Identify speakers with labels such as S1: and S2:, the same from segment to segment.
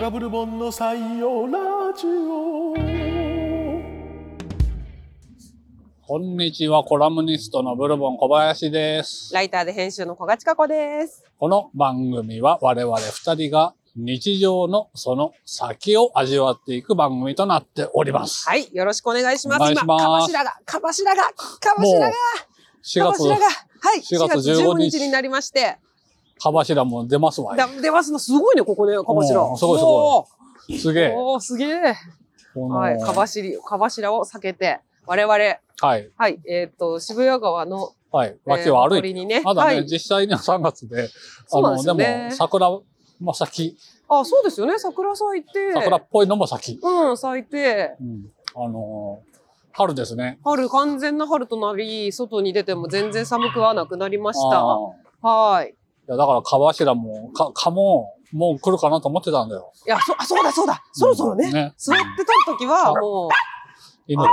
S1: ラブルボンの採用ラジオ
S2: こんにちは、コラムニストのブルボン小林です。
S3: ライターで編集の小賀千佳子です。
S2: この番組は我々二人が日常のその先を味わっていく番組となっております。
S3: はい、よろしくお願いします。
S2: お願いします
S3: 今、かばしらが、かばしらが、かばしらが、
S2: 4
S3: かばしら
S2: 月、
S3: が、はい、
S2: 4
S3: 4
S2: 月
S3: 月
S2: 15
S3: 15
S2: 日
S3: 日になりまして、
S2: かばしらも出ますわ
S3: だ
S2: よ。
S3: 出ますの、すごいね、ここで、かばしら
S2: おー。すごいすごいすげ
S3: おー
S2: え。
S3: おーすげえ。
S2: この
S3: はい、かばしり、かばしらを避けて、我々、は
S2: はい。
S3: い、えっ、と、渋谷川の、
S2: はい。
S3: えー
S2: 脇を歩いて。
S3: 鳥にね、
S2: まだ
S3: は
S2: ね、
S3: い。
S2: 実際には3月で、あ
S3: そうなん
S2: の、
S3: です
S2: で
S3: よね
S2: も桜も先、
S3: あ、そうですよね、桜咲いて、
S2: 桜っぽいのも先。
S3: うん、咲いて、
S2: うん。あのー、春ですね。
S3: 春、完全な春となり、外に出ても全然寒くはなくなりまし
S2: あ
S3: た。
S2: ー
S3: はい。
S2: いや、だから、かわしらも、か、かも、もう来るかなと思ってたんだよ。
S3: いや、そ、あ、そうだ、そうだ、そろそろね、
S2: ね
S3: 座ってた時は、も
S2: 犬 が。
S3: う、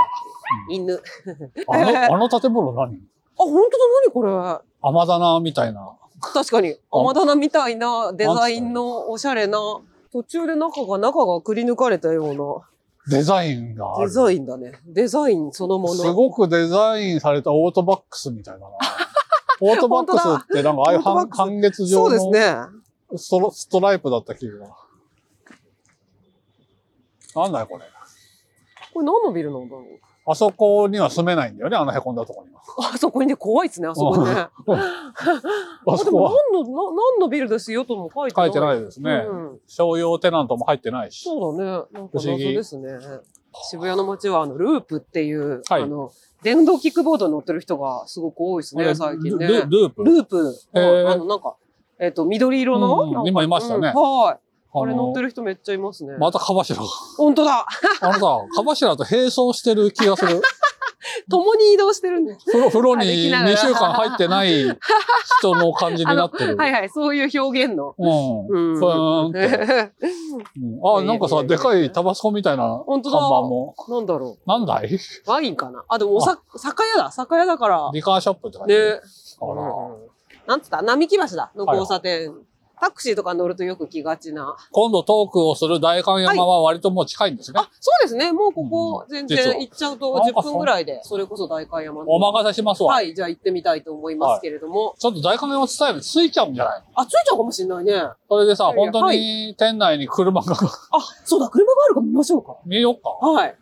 S3: 犬。あ、
S2: あの、あの建物何
S3: 本当だ、何これ。
S2: 雨棚みたいな。
S3: 確かに、
S2: あ
S3: 雨棚みたいなデザインのおしゃれな、途中で中が、中がくり抜かれたよ
S2: デザインが
S3: う
S2: あ
S3: な、
S2: る。
S3: デザインだね。デザインそのもの。
S2: すごくデザインされたオートバックスみたいだ な。オートバックスってなんかああいう
S3: オートバ
S2: 半
S3: ックス
S2: 半月
S3: そ
S2: 状
S3: うです
S2: の
S3: ね。
S2: ストロストライプだった気が。なんだよこれ。
S3: これ何のビルなんだろう。
S2: あそこには住めないんだよね、あの凹んだところには。
S3: あそこにね、怖いですね、あそ こね。あ、
S2: あそ
S3: で
S2: こ
S3: も
S2: は
S3: 何の、な何のビルですよとも書いてな
S2: 書
S3: い。
S2: いてないいですね。
S3: うん。
S2: 商用テナントも入ってないし。
S3: そうだね。なんか
S2: 不思
S3: 謎
S2: 議
S3: ですね。渋谷の街は、あの、ループっていう、
S2: はい
S3: あの、電動キックボードに乗ってる人がすごく多いです
S2: あれ
S3: ね、最近ね。
S2: ルルループ
S3: ループ
S2: へー
S3: の、あの、なんか、えっ、と、緑色の、
S2: うん
S3: なんか
S2: 今いましたね
S3: うんはい。あれ
S2: の
S3: 乗ってる人めっちゃいますね。
S2: またかば しらが。
S3: 本当だ。
S2: あのさ、かばしらと並走してる気がする。
S3: 共に移動してるんで。
S2: 風呂風呂に
S3: あできない
S2: 2週間入ってない人の感じになってる。
S3: はいはい、そういう表現の。
S2: うん。ふ
S3: うん
S2: ーん って。
S3: な
S2: うんあ、なんかさ、でかいタバスコみたいな看
S3: 本
S2: 板
S3: 当だ
S2: も。
S3: んだろ。
S2: なんだいう
S3: ワインかなあ、でもおさ、酒屋だ。酒屋だから。
S2: リカーショップって書いてある。
S3: ね。
S2: あら
S3: うんなんつった並木橋だ。の交差点。タクシーとか乗るとよく来がちな。
S2: 今度トークをする代官山は割ともう近いんですね。
S3: あ、そうですね。もうここ、全
S2: 実は
S3: 然行っちゃうと
S2: ああ
S3: 10分ぐらいで、それこそ代官山の
S2: お任せしますわ。
S3: はい、じゃあ行ってみたいと思いますけれども。
S2: ちょっと代官山伝えるついちゃうんじゃないの
S3: あ、ついちゃうかもしれないね。あ、
S2: それでさ、
S3: いやい
S2: 本
S3: や
S2: 当に店内に車が
S3: そうだ、車があるから見ましょうか。
S2: 見ようか。
S3: はい。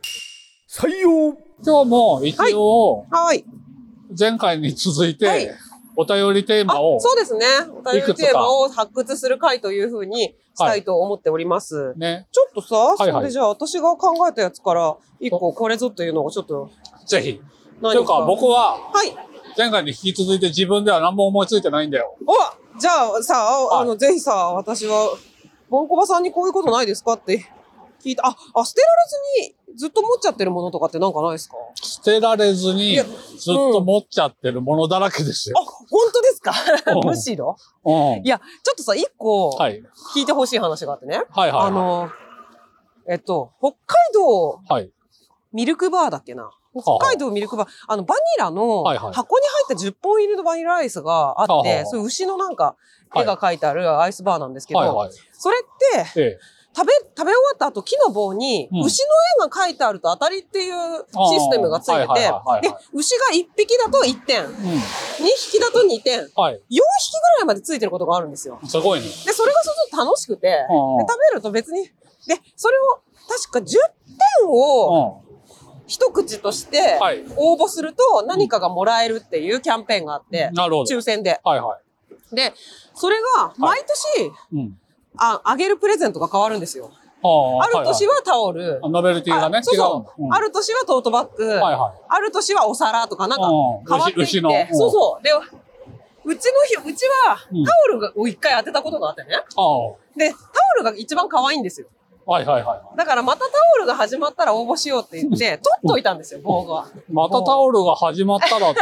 S1: 採用
S2: 今日も一応、
S3: はい。
S2: 前回に続い
S3: は
S2: て
S3: い、
S2: お便りテー
S3: あ、
S2: マを、
S3: そうですね。お便
S2: いく
S3: り
S2: つか
S3: テーマを発掘する回というふうにしたいと思っております。
S2: ね、
S3: ちょっとさ、
S2: いはい
S3: それじゃあ私が考えたやつから、一個これぞというのをちょっと
S2: ぜひ。と
S3: 何か。
S2: いうか、僕は、
S3: はい。
S2: 前回に引き続いて自分では何も思いついてないんだよ。
S3: おじゃあさ、あの、ぜひさ、私は、ボンコバさんにこういうことないですかって聞いた。あ、あ、捨てられずにずっと持っちゃってるものとかってなんかないですか
S2: 捨てられずに、
S3: い
S2: ず
S3: や
S2: っと持っちゃってるものだらけですよ
S3: あ。、本当ですか
S2: うん
S3: むしろ
S2: うん
S3: い。や、ちょっとさ、一個、
S2: はい。
S3: 聞いてほしい話があってね。
S2: はいは
S3: あ
S2: いは
S3: の、えっと、北海道
S2: い。はい。
S3: ミルクバーだっけな。
S2: あはあ
S3: 北海道ミルクバー、あの、バニラの
S2: はい
S3: 箱
S2: はい
S3: に入った10本入りのバニラアイスがあって、
S2: はあはあ
S3: そういう牛のなんか絵が描いてあるアイスバーなんですけど、
S2: はいはい。
S3: それって、
S2: ええ。
S3: 食べ、食べ終わった後木の棒に
S2: うん
S3: 牛の絵が描いてあると当たりっていうシステムがついて
S2: あーはいはいはいはい
S3: て、で、牛が1匹だと1点、2
S2: うん。
S3: 匹だと2点、4匹ぐ
S2: はい。
S3: らいまでついてることがあるんですよ。
S2: すごいね。
S3: で、それがそうすると楽しくて、で
S2: うん
S3: 食べると別に、で、それを、確か10点を
S2: う
S3: 一口として
S2: はい
S3: 応募すると何かがもらえるっていうキャンペーンがあって
S2: ん。、なるほど。
S3: 抽選で。
S2: はいは
S3: で、それが毎年、
S2: い。うん。
S3: あ、あげるプレゼントが変わるんですよ。
S2: あ
S3: ある年はタオル、
S2: ノベルティがね、
S3: あそう
S2: 違うん
S3: そ
S2: だ
S3: う、。あ
S2: る。
S3: る年はトートバッグ、
S2: はいはい。
S3: ある年はお皿とかなんか
S2: うん
S3: 変わっていって、
S2: 牛牛のうん
S3: そうそう。で、うちの日、うちは
S2: うん
S3: タオルを一回当てたことがあってね。
S2: ああ。
S3: で、タオルが一番可愛いんですよ。
S2: はいはいは
S3: だからまたタオルが始まったら応募しようって言って、取っといたんですよ、棒が。
S2: い。またタオルが始まったら って。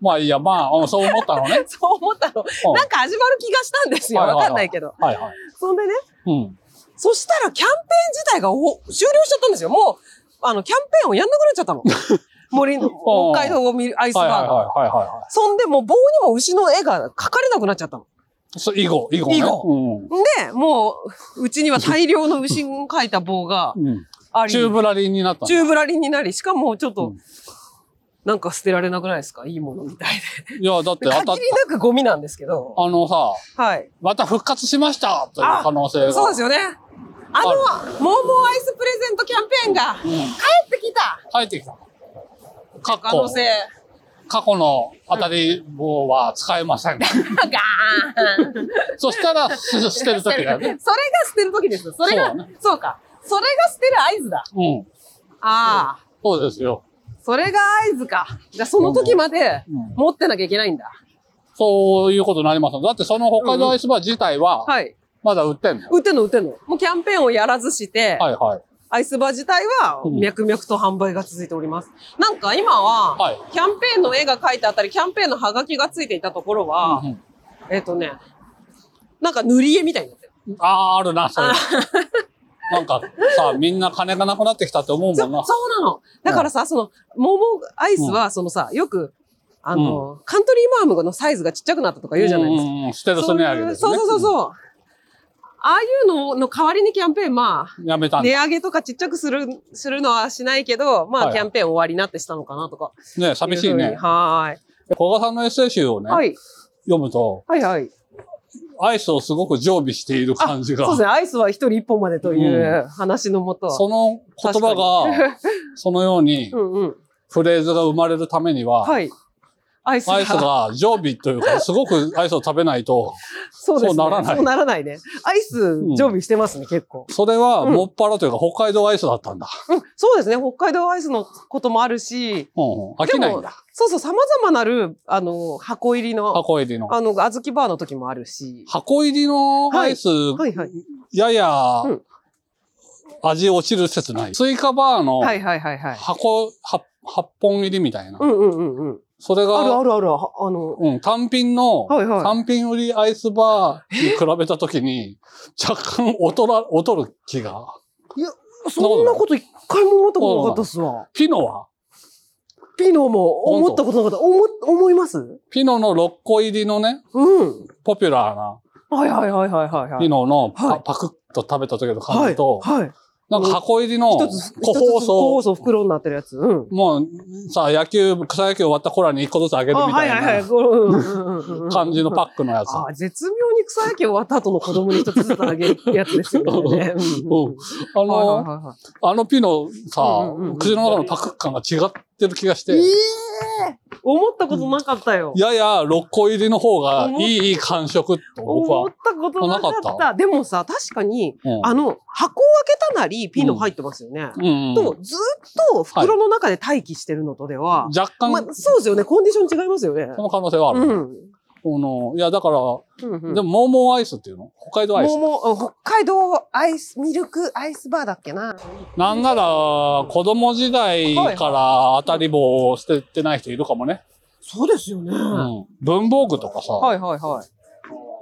S2: まあいいや、まあうん、そう思ったのね。
S3: そう思ったの。
S2: うん
S3: なんか始まる気がしたんですよ。
S2: はいはい
S3: わ
S2: はい
S3: かんないけど。
S2: はいはい。
S3: そんでね、
S2: うん。
S3: そしたらキャンペーン自体がお終了しちゃったんですよ。もう、あの、キャンペーンをやんなくなっち ゃったの。森の、北海道を見るアイス
S2: はいはい
S3: バー
S2: はい
S3: が。
S2: はいはいはい。
S3: そんでもう棒にも牛の絵が描かれなくなっちゃったの。
S2: そう、囲碁、囲碁ね。
S3: 囲碁で、もう、うちには大量の牛を描いた棒が
S2: うん。うん。
S3: あり、
S2: チューブラリーになったんだ
S3: チューブラリンになり、しかもちょっと、
S2: うん
S3: なんか捨てられなくないですかいいものみたい
S2: いや、だって
S3: で。
S2: 当たっ
S3: 限りなくゴミなんですけど。
S2: あのさ、
S3: はい。
S2: また復活しましたという可能性が。
S3: そうですよね。あの、モーモーアイスプレゼントキャンペーンが
S2: うん。
S3: 帰ってきた
S2: 入ってきた。過
S3: 可能
S2: 去、
S3: 性。
S2: 過去の当たり棒は使えません。
S3: ガーン
S2: そしたら、す捨てる時だよ
S3: それ
S2: ね
S3: が。捨てる時です。それが、
S2: そう
S3: そう,、
S2: だ
S3: か。それが捨てる合図だ。
S2: うん。
S3: ああ、
S2: そうですよ。
S3: それが合図か。じゃあその時まで
S2: うん
S3: 持ってなきゃいけないんだ。
S2: そういうことになります。だってその北海道アイスバー自体は、
S3: はい。
S2: まだ売ってんの。
S3: 売ってんの売ってんの。もうキャンペーンをやらずして、
S2: はいはい。
S3: アイスバー自体は
S2: うん
S3: 脈々と販売が続いております。なんか今は、
S2: はい
S3: キャンペーンの絵が描いてあったり、キャンペーンのハガキがついていたところは、
S2: うん
S3: えっ、とね、なんか塗り絵みたいになってる。
S2: うんあー、あるな、それ。なんかさ、みんな金がなくなってきたって思う
S3: そ
S2: も
S3: うん
S2: な。
S3: そうなの。だからさ、その、モモアイスは、そのさ、よく、あの、カントリーマアムのサイズがちっちゃくなったとか言うじゃないですか。
S2: うんうんうん捨てる
S3: そ
S2: そねあ
S3: う
S2: げ
S3: い
S2: で
S3: う
S2: すね。
S3: そうそうそうそう。ああいうのの代わりにキャンペーン、まあ、
S2: うん。やめたん
S3: 値
S2: だ。
S3: 上げとかちっちゃくする、するのはしないけど、ま
S2: は
S3: あ、
S2: い
S3: キャンペーン終わりになってしたのかなとか。
S2: ね、寂しいね。
S3: はーい。
S2: 古賀さんのエッセイ集をね、
S3: はい。
S2: 読むと、
S3: はいはい。
S2: アイスをすごく常備している感じが
S3: そうです。ね。アイスは一人一本までというう話のもと。
S2: その言葉が、そのように
S3: うんうん。
S2: フレーズが生まれるためには、
S3: はい。アイスが
S2: アイスが常備というか、すごくアイスを食べないと、
S3: そうで
S2: そ
S3: すね。
S2: うならない
S3: そうならないね。アイス常備してますね、結構。
S2: それは
S3: うん
S2: もっぱらというか、北海道アイスだったんだ。
S3: そうですね。北海道アイスのこともあるし、
S2: うんうん、飽きないん
S3: でも
S2: だ。
S3: そうそう、様々なる、あの、箱入りの、
S2: 箱入りの。
S3: あの、小豆バーの時もあるし。
S2: 箱入りのアイス、
S3: はいはい。
S2: やや
S3: うん
S2: 味落ちる説ない。スイカバーの
S3: はいはいはいはい。
S2: 箱、は8本入りみたいな
S3: う。んうんうんうん。
S2: それ
S3: ある
S2: が
S3: あ、るある。はあの、
S2: うん、単品の、
S3: はいはい
S2: 単品売りアイスバーに比べたときに、若干劣ら、劣る気が。
S3: そんなこと一回も思ったことなかったっすわ。
S2: ピノは
S3: ピノも思ったことなかった。思、思います
S2: ピノの6個入りのね、
S3: うん。
S2: ポピュラーな
S3: はいはいはいはいはいはい。
S2: ピノのパ,、
S3: はい
S2: パクッと食べた時の感じと、
S3: はい。はい、
S2: なんか箱入りの
S3: 一つ、
S2: 個包
S3: 一つ個包
S2: 装、
S3: 装袋になってるやつ。うん。
S2: もうさ、野球、草野球終わった頃に1個ずつあげるみたいな
S3: こううんうんうんうん
S2: 感じのパックのやつ。
S3: ああ、絶妙に草野球終わった後の子供に一つずつあげるやつ ですよね。
S2: うんあ
S3: うんはいはい
S2: の、
S3: は
S2: あのピノさ
S3: うんうんうんう、ん
S2: 口の中のパクッ感が違ってる気がし
S3: いはい。え
S2: て、
S3: え思ったことなかったよ。
S2: やや6個入りの方がいい感触と僕
S3: 思っ
S2: は。
S3: たことなか
S2: なか
S3: った。
S2: った
S3: でもさ、確かに、
S2: うん
S3: あの、箱を開けたなり、ピノ入ってますよね。
S2: うんうん
S3: と、ずっと袋の中で待機してるのとでは、
S2: 若干、
S3: まあ、そうですよね。コンディション違いますよね。
S2: その可能性はあ
S3: う
S2: る。
S3: ん。
S2: この、いや、だから、
S3: うんうん
S2: でも、モーモーアイスっていうの北海道アイス。
S3: もうもううん北海道アイス、ミルクアイスバーだっけな。
S2: なんなら、子供時代から当たり棒を捨ててない人いるかもね。
S3: そうですよね。
S2: う
S3: は
S2: ん。文房具とかさ、
S3: いはいはい。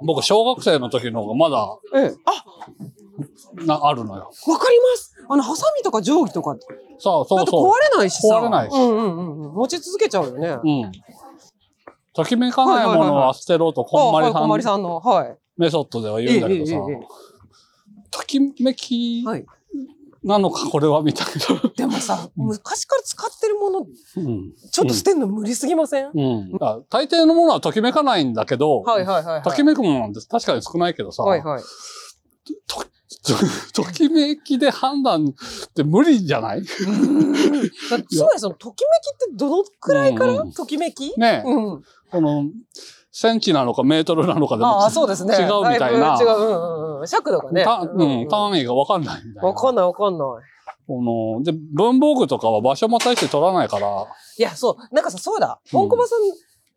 S2: 僕、小学生の時の方がまだ
S3: ええ、あ、
S2: なあるのよ。
S3: わかります。あの、ハサミとか定規とか、
S2: そう
S3: だ
S2: そう
S3: って
S2: そ
S3: 壊
S2: う。
S3: れないしさ。
S2: 壊れないし
S3: うんうんうんうん。持ち続けちゃうよね。あ
S2: うん。ときめかないものは捨てろと、こんま
S3: は
S2: り
S3: い、こんまり
S2: さん
S3: さんの。はい。
S2: メソッドでは言うんだけどさ
S3: えええええ、
S2: ときめき
S3: はい。
S2: なのか、これは、みたい
S3: でもさ、昔から使ってるもの、
S2: な。 うん。
S3: ちょっと捨てるの無理すぎません、
S2: うん。だから大抵のものはときめかないんだけど、
S3: はいはいはいはい。
S2: ときめくものなんて確かに少ないけどさ、
S3: はいはい。
S2: とときめきで判断って無理じゃ ない
S3: だってそうですよ。ときめきってどのくらいから、
S2: うん
S3: ときめき
S2: ねえ、
S3: うん。
S2: この、センチなのかメートルなのかで
S3: あ
S2: も
S3: あ、そうですね。
S2: 違うみたいな
S3: だぶ違う。うんうんうん。尺度がね。
S2: た
S3: うん
S2: う、
S3: うんん
S2: 単位がわかんないみたいな。
S3: わかんないわかんない。
S2: この、で、文房具とかは場所も大して取らないから、
S3: いや、そう。なんかさ、そうだ。
S2: うん
S3: 大久保さん、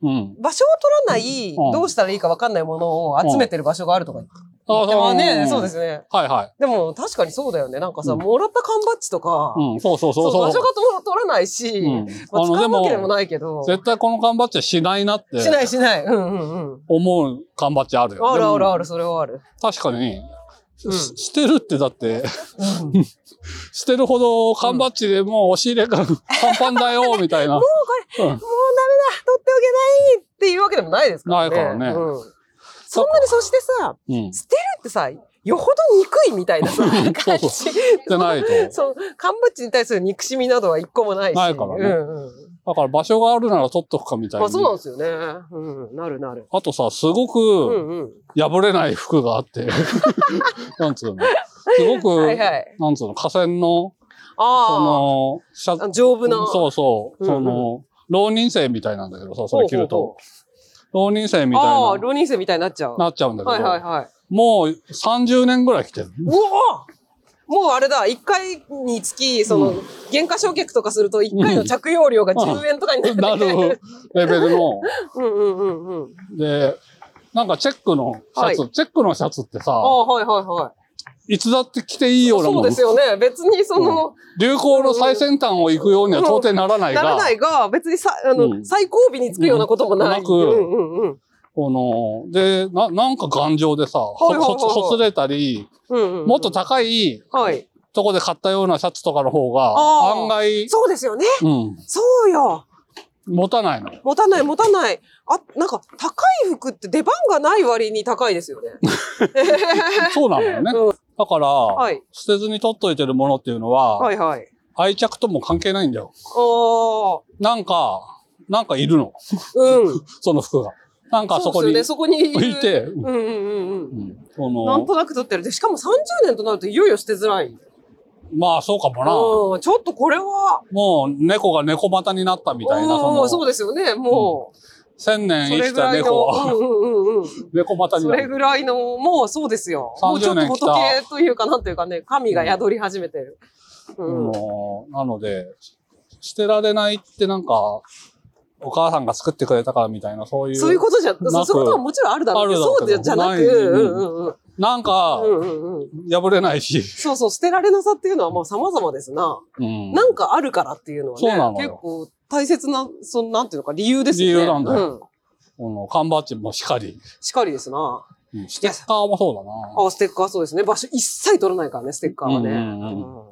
S2: うん。
S3: 場所を取らない、
S2: うん
S3: どうしたらいいかわかんないものを集めてる場所があるとか言って。
S2: あ。
S3: でもね、そうですすね。
S2: はいはい。
S3: でも、確かにそうだよね。なんかさ、
S2: うん
S3: もらった缶バッジとか、
S2: うん、そうそうそ
S3: そうう
S2: そう。
S3: 場所がと取らないし、
S2: うん
S3: まあ、
S2: あ
S3: 使
S2: ので
S3: う
S2: も
S3: わけでもないけど、
S2: 絶対この缶バッジはしないなって
S3: しないしない。うんうんうん。
S2: 思う缶バッジあるよ。
S3: あるあ
S2: で
S3: る
S2: も
S3: ある、それはある。
S2: 確かに、
S3: うん
S2: す捨てるってだって、
S3: うん
S2: 捨てるほど缶バッジでもう押し入れがパンパンだ よ、みたいな。
S3: もうダメだ取っておけないっていうわけでもないですからね。
S2: ないからね
S3: うんそそんなにそしてさ、
S2: うん。
S3: 捨てるってさ、よほど憎いみたいな さ、感
S2: そう
S3: じ。
S2: そう。じゃないと。
S3: そう、カンブッチに対する憎しみなどは一個もないし。
S2: ないからね
S3: うんうん。
S2: だから場所があるなら取っとくかみたい
S3: ま
S2: に。
S3: あそうなんですよね。うん、なるなる。
S2: あとさ、すご
S3: う
S2: く
S3: んうん。
S2: 破れない服があ って。なんつうの。すごく、
S3: はいはい。
S2: なんつうの、河川の、そ
S3: あ
S2: の、シャ
S3: あ。丈夫な。
S2: そうそう、
S3: うんうん
S2: その、浪人生みたいなんだけどさ、そ
S3: ほうほうほう
S2: れ着ると。浪人生みたい
S3: ああ、
S2: な、
S3: 浪人生みたいになっちゃう。
S2: なっちゃうんだけど、
S3: はいはいはい。
S2: もう30年ぐらい着 てる。
S3: うわもうあれだ、1回につき、その、原価償却とかすると、1回の着用料が10円とかにな る。
S2: なるレベルの。
S3: うんうんうんうん。
S2: で、なんかチェックのシャツ、チェックのシャツって
S3: あ
S2: さ、
S3: あ、はいはいはい。
S2: いつだって着ていいような
S3: そう
S2: も
S3: で
S2: の
S3: す。よね。別にその、
S2: 流行の最先端を行くようには到底ならない
S3: なら
S2: が、
S3: ないが、別にさ、あの、
S2: うん
S3: 最後尾につくようなこともない。
S2: なく
S3: うんうんうん。
S2: この、で、な、なんか頑丈でさ、ほ
S3: いはいはいはい
S2: ほつほつれたり、
S3: うんうんうん
S2: もっと高い
S3: はい。
S2: とこで買ったようなシャツとかの方が、
S3: あー
S2: 案外、
S3: そうですよね。
S2: うん、
S3: そうよ。
S2: 持たないの。
S3: 持たない、持たない。あ、なんか、高い服って出番がない割に高いですよね。
S2: そうなのよね。
S3: う
S2: だから、
S3: はい。
S2: 捨てずに取っといてるものっていうのは、
S3: はいはい。
S2: 愛着とも関係ないんだよ。
S3: ああ。
S2: なんか、なんかいるの。
S3: うん。
S2: その服が。 なんかそこ
S3: う
S2: に
S3: ですよね、そこに
S2: 置い。て、
S3: うんうんう
S2: う
S3: んうん。
S2: んそ
S3: なん
S2: の、
S3: となく取ってる。で、しかも30年となるといよいよ捨てづらい。うん。ち
S2: まあそうかもな。
S3: ょっとこれは、
S2: もう猫が猫股になったみたいな、そ
S3: うんそ
S2: の、
S3: うですよね。もう、
S2: 千年
S3: そ
S2: 生
S3: れ
S2: き
S3: ぐ
S2: た
S3: らい
S2: 猫
S3: の、
S2: は
S3: う んうんうんうん。
S2: 猫股に
S3: そ
S2: な
S3: れ
S2: る。
S3: ぐらいの、もうそうですよ。もうちょっと
S2: 30年来た
S3: 仏というか、なんというかね、神が宿り始めてる。うん。
S2: あのなので、捨てられないってなんか、お母さんが作ってくれたからみたいな、そういう。
S3: そういうことじゃ、
S2: く
S3: そうそういうことはもちろんあるだろうけど、
S2: あるだろう
S3: そう
S2: け
S3: じ
S2: ど
S3: ゃじゃな
S2: な
S3: く、
S2: い
S3: うんうんうん。
S2: なんか
S3: う、んうんうん。
S2: 破れないし。
S3: そうそう、捨てられなさっていうのはもう様々ですな。
S2: うん
S3: なんかあるからっていうのは
S2: そうなのよ
S3: ね、結構大切な、その、なんていうのか、理由ですよね。
S2: 理由なんだよ
S3: うん。
S2: この缶バッジもしかり、
S3: しかりですな。
S2: うんステッカーもそうだな。
S3: あ、ステッカーそうですね。場所一切取らないからね、ステッカーはね。
S2: う
S3: うん
S2: うんうん
S3: ん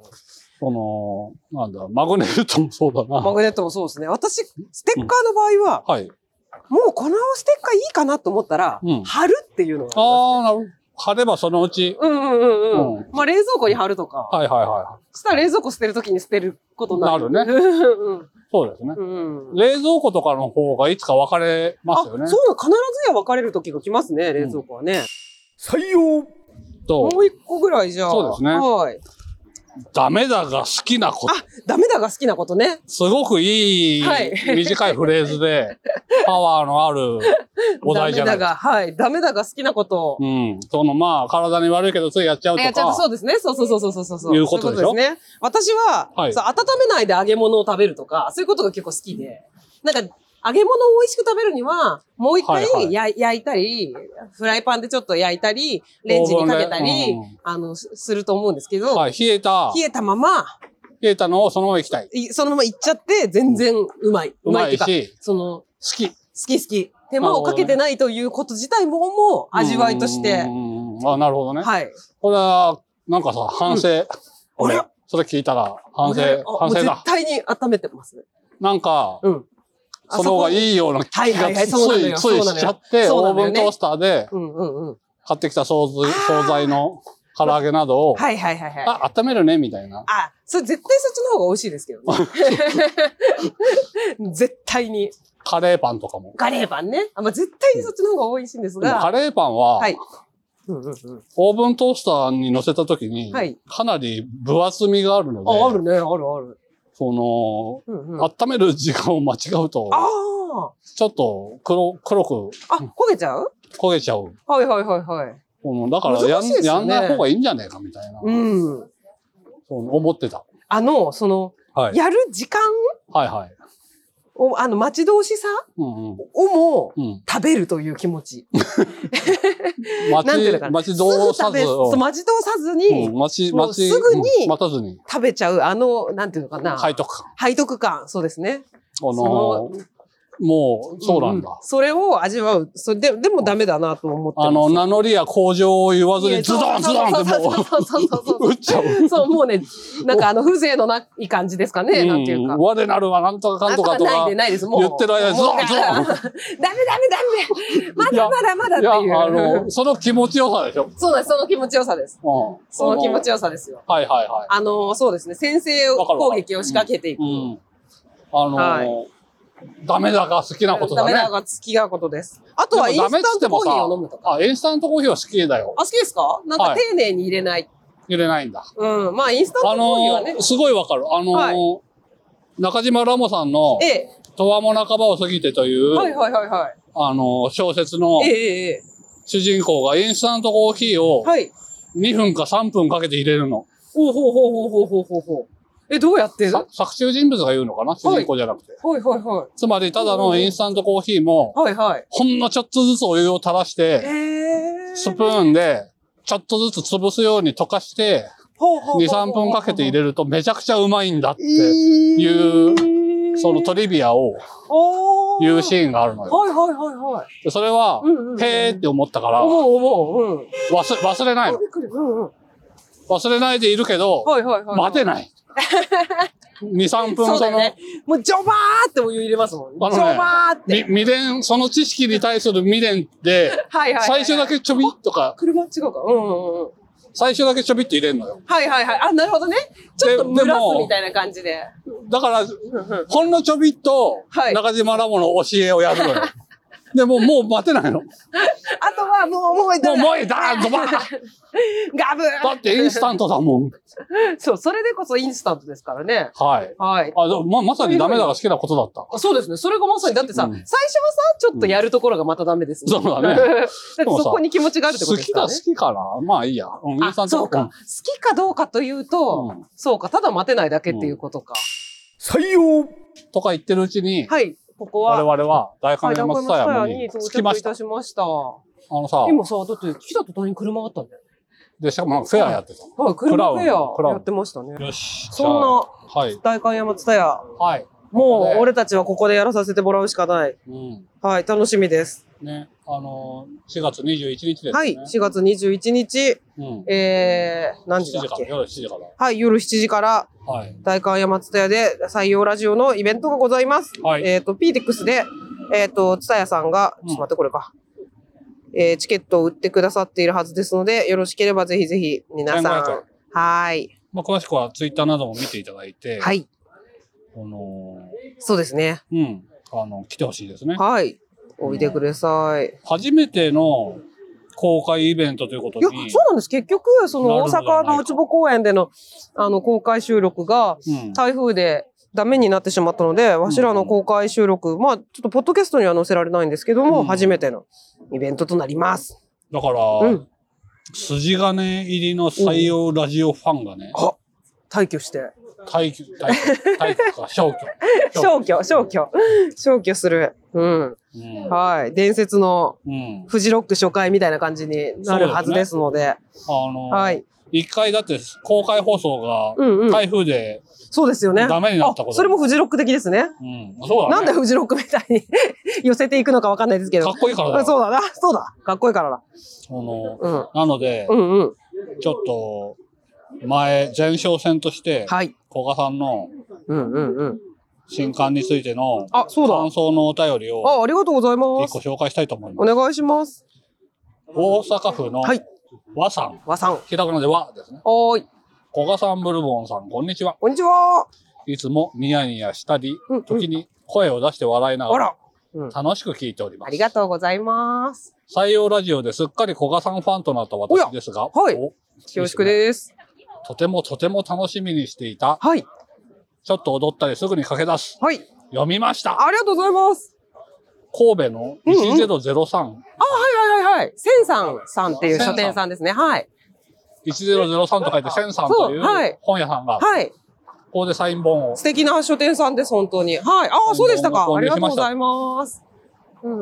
S2: この、なんだ、マグネットもそうだ
S3: マ
S2: な。
S3: グネットもそうですね。私、ステッカーの場合は、
S2: はい。
S3: もうこのステッカーいいかなと思ったら、
S2: うん
S3: 貼るっていうのがあ
S2: ああ、なるほど。貼ればそのうち。
S3: ります。うんうんうんう
S2: うん
S3: ん。まあ冷蔵庫に貼るとか、
S2: はいはいは
S3: そしたら冷蔵庫捨てるときに捨てることになる。
S2: なる
S3: ね。うん
S2: い。そうですね。
S3: うんうん。
S2: 冷蔵庫とかの方がいつか分かれますよね
S3: あ、。そうなの必ずや分かれる時が来ますね、冷蔵庫はね。
S1: 採用
S2: と
S3: もう一個ぐらいじゃあ。
S2: そうですね
S3: はい。
S2: ダメだが好きなこと。
S3: あ、ダメだが好きなことね。
S2: すごくいい、
S3: はい
S2: 短いフレーズで、パワーのあ るお題じゃない
S3: ダメだが、はい。ダメだが好きなこと。
S2: うん。そのまあ、体に悪いけどついやっちゃう
S3: いや、
S2: と
S3: ちゃんとそ
S2: か、
S3: うですね。そうそうそうそうそうそうそう。
S2: いうことでしょ
S3: そういうことですね。私は、
S2: はい
S3: そう温めないで揚げ物を食べるとか、そういうことが結構好きで。なんか、揚げ物を美味しく食べるには、もう一回
S2: はいはい
S3: や、焼いたり、フライパンでちょっと焼いたり、レンジにかけた
S2: オーブ
S3: り、
S2: ンでうん
S3: あの、すすると思うんですけど、
S2: はい、冷えた、
S3: 冷えたまま、
S2: 冷えたのをそのまま行きたい。
S3: いそのままいっちゃって、全然うまい。
S2: うまい
S3: っていうか、
S2: し、
S3: その、
S2: 好き。
S3: 好き好き。手間をかけてないということ自体も、もう味わいとし
S2: う
S3: て。
S2: んあ、なるほどね。
S3: はい。
S2: これは、なんかさ、反省。
S3: あれ
S2: それ聞いたら、反省、
S3: あ
S2: 反省
S3: もう
S2: だ
S3: 絶。対に温めてますね。
S2: なんか、
S3: うん。
S2: その方が
S3: い。
S2: いいような気
S3: はいは
S2: が
S3: い
S2: つ
S3: はい
S2: い、つ
S3: そうなのよ
S2: いしちゃって、
S3: そう
S2: オ
S3: な
S2: ー
S3: の
S2: ブ
S3: よ
S2: ントースターで
S3: うんうんうん。
S2: 買ってきた惣菜
S3: あー
S2: 惣菜の唐揚げなどを、
S3: はいはいはいはい。あ
S2: あ、温めるね、みたいな。
S3: それ絶対そっちの方が美味しいですけ どね。絶対に。
S2: カレーパンとかも。
S3: カレーパンね。あまあ、絶対にそっちの方が美味しいんです
S2: でもカ
S3: が。
S2: レーパンは、
S3: はい。うんうんうん。
S2: オーブントースターに乗せた時に、
S3: はい
S2: かなり分厚みがあるので、
S3: あ、あるね。あるある。
S2: その、
S3: うんうん。あ
S2: 温める時間を間違うと、
S3: あ
S2: ちょっと黒黒く
S3: ー。あ、焦げちゃう
S2: 焦げちゃう。
S3: はいはいはいはい。
S2: このだからやん,、
S3: 難しいです
S2: や
S3: よ
S2: ん
S3: ね
S2: ない方がいいんじゃねえかみたいな、
S3: うん。
S2: そう思ってた。
S3: あの、その、
S2: はい。
S3: やる時間
S2: はいはい。
S3: を、あの、待ち遠しさ
S2: うんうん。
S3: をも
S2: うん。
S3: 食べるという気持ち。
S2: 待
S3: なんていうの
S2: ち、
S3: かな。
S2: 待ちどう
S3: すぐ
S2: さ
S3: 食
S2: ず
S3: べ、そう待ちどうさずに、
S2: うん、待ち、
S3: もう
S2: 待ち、
S3: すぐに
S2: うん待たずに、
S3: 食べちゃう、あの、なんていうのかな。
S2: 背徳感。
S3: 背徳感。そうですね。
S2: この、もう、そうなんだ。
S3: それを味わう。それで、でもダメだなと思ってます。
S2: あの、名乗りや向上を言わず
S3: い
S2: に、
S3: や
S2: ズ
S3: そう
S2: ドンズドンっても
S3: そうそうそうそうそう
S2: う、打っちゃう。
S3: そう、もうね、なんかあの、風情のない感じですかね、なんていう
S2: う
S3: か
S2: ん。我なるはなんとかかんとかとか。
S3: あないで
S2: い
S3: ないです、もう。
S2: 言ってる間に
S3: もう
S2: ゾンゾン
S3: ダメダメダメまだまだまだって
S2: や、
S3: いう。
S2: あの、その気持ちよさでしょ。
S3: そうなんです、その気持ちよさです。
S2: うん。
S3: その気持ち
S2: よ
S3: よさですよ。
S2: はいはいはい。
S3: あの、そうですね、先制を
S2: わかるわ
S3: 攻
S2: かる
S3: 撃を仕掛けていく。
S2: うん。あのー
S3: はい
S2: ダメだが好きなことだ
S3: ダメだ
S2: ね。
S3: が好きなことです。あとはイン
S2: でも
S3: ス
S2: ダメっ
S3: タ
S2: つ
S3: ン
S2: って
S3: ト
S2: も
S3: コーヒ
S2: さ
S3: ーを飲むとか。
S2: あ、インスタントコーヒーは好きだよ。
S3: あ、好きですかなんか
S2: はい
S3: 丁寧に入れない。
S2: 入れないんだ。
S3: うん。まあ、インスタント
S2: あ
S3: コーヒーは
S2: の
S3: ね
S2: ー。すごいわかる。あのー
S3: は
S2: 中島ラモさんの
S3: ええ。
S2: 「とわも半ばを過ぎて」という、
S3: はいはいはいは
S2: あのー小説の
S3: い。えええええ
S2: 主人公がインスタントコーヒー
S3: え。
S2: を
S3: はい。
S2: 2分か3分かけて入れるの。
S3: ほうほうほうほうほうほうほうほう。え、どうやってるは
S2: さ作中人物が言うのかな主人公じゃなくて。
S3: いはいはい。
S2: つまり、ただのインスタントコーヒーも、
S3: はいはい。
S2: ほんのちょっとずつお湯を垂らし
S3: え
S2: て、
S3: え。
S2: スプーンで、ちょっとずつ潰すように溶かして、
S3: ほうほうほうほう
S2: 2、3分かけて入れるとめちゃくちゃうまいんだって
S3: い
S2: いう、そのト
S3: り、
S2: リビアを
S3: お
S2: 言う
S3: ー
S2: シーンがあるのよ。
S3: はいはいはいはい。
S2: でそれは
S3: うんうんう、ん
S2: へーって思ったから、忘
S3: 思う思う。うん。
S2: 忘れない
S3: あ
S2: の
S3: び。っくり。うんうん。
S2: 忘れないでいるけど、
S3: はいはいはい。
S2: 待て
S3: な。
S2: ない。2、3分
S3: そうだ
S2: そ
S3: よ
S2: の
S3: ね、。もうジョバーってお湯入れますもん。ジ
S2: あのね
S3: ョバーって。
S2: み未練、その知識に対する未練で、
S3: はいはいはい。
S2: 最初だ。けちょびっとか、
S3: 車違うか。うんうんうん。
S2: 最初だけちょびっと入れるのよ。
S3: はいはいはい。あ、なるほどね。ちょっと蒸らすみたいな感じで。
S2: だから、
S3: うんうん
S2: ほんのちょびっと
S3: は、い
S2: 中島ラモの教えをやる のよ。でも、もう待てないの。も
S3: あとはもう、もう、
S2: う、もういいだードバー
S3: ガブ
S2: だ
S3: ー
S2: ってインスタントだもん。
S3: そう、それでこそインスタントですからね。
S2: はい。
S3: はい。
S2: あ、でもま、まさにダメだが好きなことだった。
S3: あそうですね。それがまさに、だってさ、
S2: うん
S3: 最初はさ、ちょっとやるところがまたダメですね。
S2: そうだね
S3: だってそ
S2: もさ
S3: こに気持ちがあるってこと
S2: 好
S3: です
S2: き
S3: か
S2: だ、
S3: ら
S2: 好きか
S3: ね。
S2: な。まあいいや。うん、インスタ
S3: あ、
S2: ント
S3: そうか。好きかどうかというと、
S2: うん
S3: そうか、ただ待てないだけっていうことか。
S1: 採用
S2: うんとか言ってるうちに、
S3: はい、ここ
S2: 我
S3: は、
S2: 々は大
S3: は
S2: 観
S3: い、
S2: 音
S3: 中
S2: 松
S3: 山
S2: 田
S3: さ
S2: 山
S3: やに
S2: に
S3: 到
S2: 着きま
S3: 着い
S2: した
S3: た。しました。
S2: あのさ、
S3: 今さ、だって来た途端に車があったんだよ。
S2: で、しかもなんかフェアやってた。
S3: はい、
S2: クラ
S3: 車
S2: ウン
S3: フェ
S2: クラウ
S3: ア
S2: ン
S3: やってましたね。
S2: よし。
S3: そん
S2: じ
S3: な、
S2: ゃあ。はい。
S3: 大観山蔦屋。
S2: はい。
S3: も
S2: ね
S3: う、俺たちはここでやらさせてもらうしかない。
S2: うん。
S3: はい、楽しみです。
S2: ね。あのー、4月21日ですね。
S3: はい、4月21日、
S2: うん。
S3: えー、
S2: 7
S3: 何時だっ
S2: 時から、
S3: け
S2: 夜7時から。
S3: はい、夜7時から、
S2: はい。
S3: 大観山蔦屋で採用ラジオのイベントがございます。
S2: はい
S3: えっ、と、ピーテックスで、えっ、と、蔦屋さんが、
S2: うん
S3: ちょっと待って、これか。えーチケットを売ってくださっているはずですので、よろしければぜひぜひ、皆さん。
S2: 1500
S3: はーい。
S2: まあ、詳しくはツイッターなども見ていただいて、
S3: は。い。
S2: あの
S3: そうですね。
S2: ー、うん。あの、来てほしいですね。
S3: はい。おいでください。
S2: 初めての公開イベントということ
S3: いや、
S2: に、
S3: そうなんです。結局、その
S2: なる
S3: 大
S2: ほど
S3: 阪の内房公園での、あの、公開収録が、
S2: うん、
S3: 台風でダメになってしまったので、わしらの公開収録、まあ、ちょっとポッドキャストには載せられないんですけども、
S2: うん
S3: 初めてのイベントとなります。
S2: だから、
S3: うん
S2: 筋金入りの採用ラジオファンがね、
S3: あ退去して。
S2: 退去、退去、退去か、 消去。
S3: 消去、消去。 消去する。うん。
S2: うん
S3: はい。伝説の
S2: うん。
S3: フジロック初回みたいな感じになるはずですので。
S2: あの、
S3: はい。
S2: 一回だって公開放送が
S3: うんうん
S2: 台風で、
S3: そうですよね。
S2: ダメになったこと
S3: あそれもフジロック的ですね。
S2: うん、そうだ
S3: なん
S2: ね。
S3: でフジロックみたいに 寄せていくのかわかんないですけ
S2: か
S3: ど
S2: っ。こいいからだ
S3: あ
S2: よ。
S3: そうだな。そうだ。かっこいいからだ。
S2: その
S3: うん。
S2: なので
S3: う、んうん。
S2: ちょっと、前、前哨戦として、
S3: はい。
S2: 古賀さんの
S3: うんうんうん。
S2: 新刊についての
S3: あ、そうだ。
S2: 感想のお便りを
S3: あ、ありがとうございま
S2: 一
S3: す
S2: 個。紹介したいと思い
S3: お
S2: ます。
S3: 願いします。
S2: 大阪府の
S3: はい
S2: 和さん。
S3: 和さん。
S2: ひらがなで和ですね。
S3: おーい。
S2: 古賀さんブルボンさん、こんにちは。
S3: こんにちは。
S2: いつもニヤニヤしたり
S3: うんうん、
S2: 時に声を出して笑いな
S3: あ
S2: がら
S3: ら。うん。
S2: 楽しく聞いておりま
S3: あ
S2: す。
S3: りがとうございます。
S2: 採用ラジオですっかり古賀さんファンとなった
S3: おや
S2: 私ですが、
S3: はい
S2: お
S3: 恐縮です。
S2: とてもとても楽しみにしていた、
S3: はい。
S2: ちょっと踊ったりすぐに駆け出す、
S3: はい。
S2: 読みました
S3: ありがとうございます。
S2: 神戸の
S3: うんうん
S2: 1003、
S3: はいはいはい。千さんさんっていう書店さんですね。はい。
S2: 1003と書いて千さん
S3: そう
S2: という
S3: はい
S2: 本屋さんが、こ
S3: はい。
S2: こでサイン本を
S3: 素敵な書店さんです、本当に。はい。ああ、そうでしたか。
S2: 購
S3: あ
S2: 入し
S3: りが
S2: ました
S3: とうございます。うんうん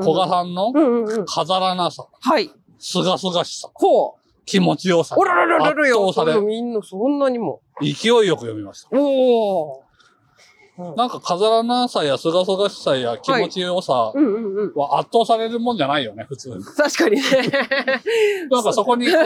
S2: 古賀さんの
S3: うんうんうん。
S2: 飾らなさ、
S3: はい。
S2: すがすがしさ、
S3: ほう。
S2: 気持ちよさ、
S3: おららららら
S2: 圧
S3: よ。
S2: 倒され、
S3: みんなそんなにも。
S2: 勢いよく読みました。
S3: おお。うん
S2: なんか飾らなさや、すがすがしさや、気持ちよさ
S3: うんうんうん。
S2: は圧倒されるもんじゃないよね、普通。
S3: 確かにね。
S2: なんかそこに古賀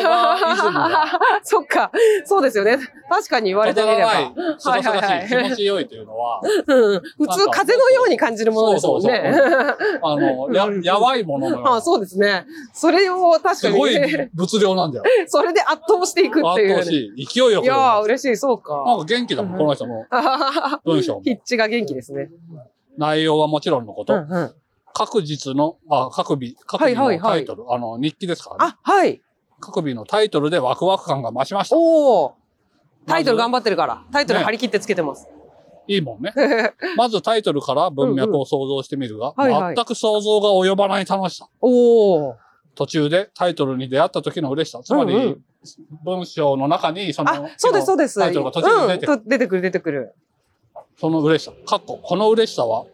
S2: イズムが
S3: そっか。そうですよね。確かに言われてみ
S2: 飾
S3: れ
S2: らな
S3: ば
S2: い。、すがす
S3: はい
S2: が
S3: はい
S2: しい、
S3: はい
S2: 気持ちよいというのは、
S3: うん普通、風のように感じるものですもんね。
S2: そうあの、や、やばいもののような
S3: あそうですね。それを確か
S2: す
S3: に
S2: ごい
S3: ね、
S2: 物量なんだよ。
S3: それで圧倒していくって
S2: 圧
S3: いう
S2: 倒
S3: ね、
S2: しい。勢いよ
S3: い
S2: く。
S3: やー、
S2: な
S3: 嬉しい、そうんか。
S2: か元気だも
S3: うん
S2: ん、この人の
S3: あははは
S2: 文章も
S3: ヒ。ッチが元気ですね。
S2: 内容はもちろんのこ
S3: うんう
S2: と。
S3: ん、
S2: 各日の、あ、各日、各日
S3: は
S2: の
S3: いはいは
S2: タ
S3: い
S2: イトル、あの、日記ですからね。
S3: あ、はい。
S2: 各日のタイトルでワクワク感が増しました。
S3: おお。タイトル頑
S2: ま
S3: 張ってるから。タイトル
S2: ね
S3: 張り切ってつけてます。
S2: ずいい もんね。まずタイトルから文脈を想像してみるが、
S3: うんうんはいはい
S2: 全く想像が及ばない楽しさ。
S3: おお。
S2: 途中でタイトルに出会った時の嬉しさ。つまり、
S3: うんうん
S2: 文章の中にその
S3: あ、そうです、そうです。
S2: タイトルが途中で出てくる
S3: うんと出てくる、出てくる。
S2: その嬉しさ。かっこ、この嬉しさは、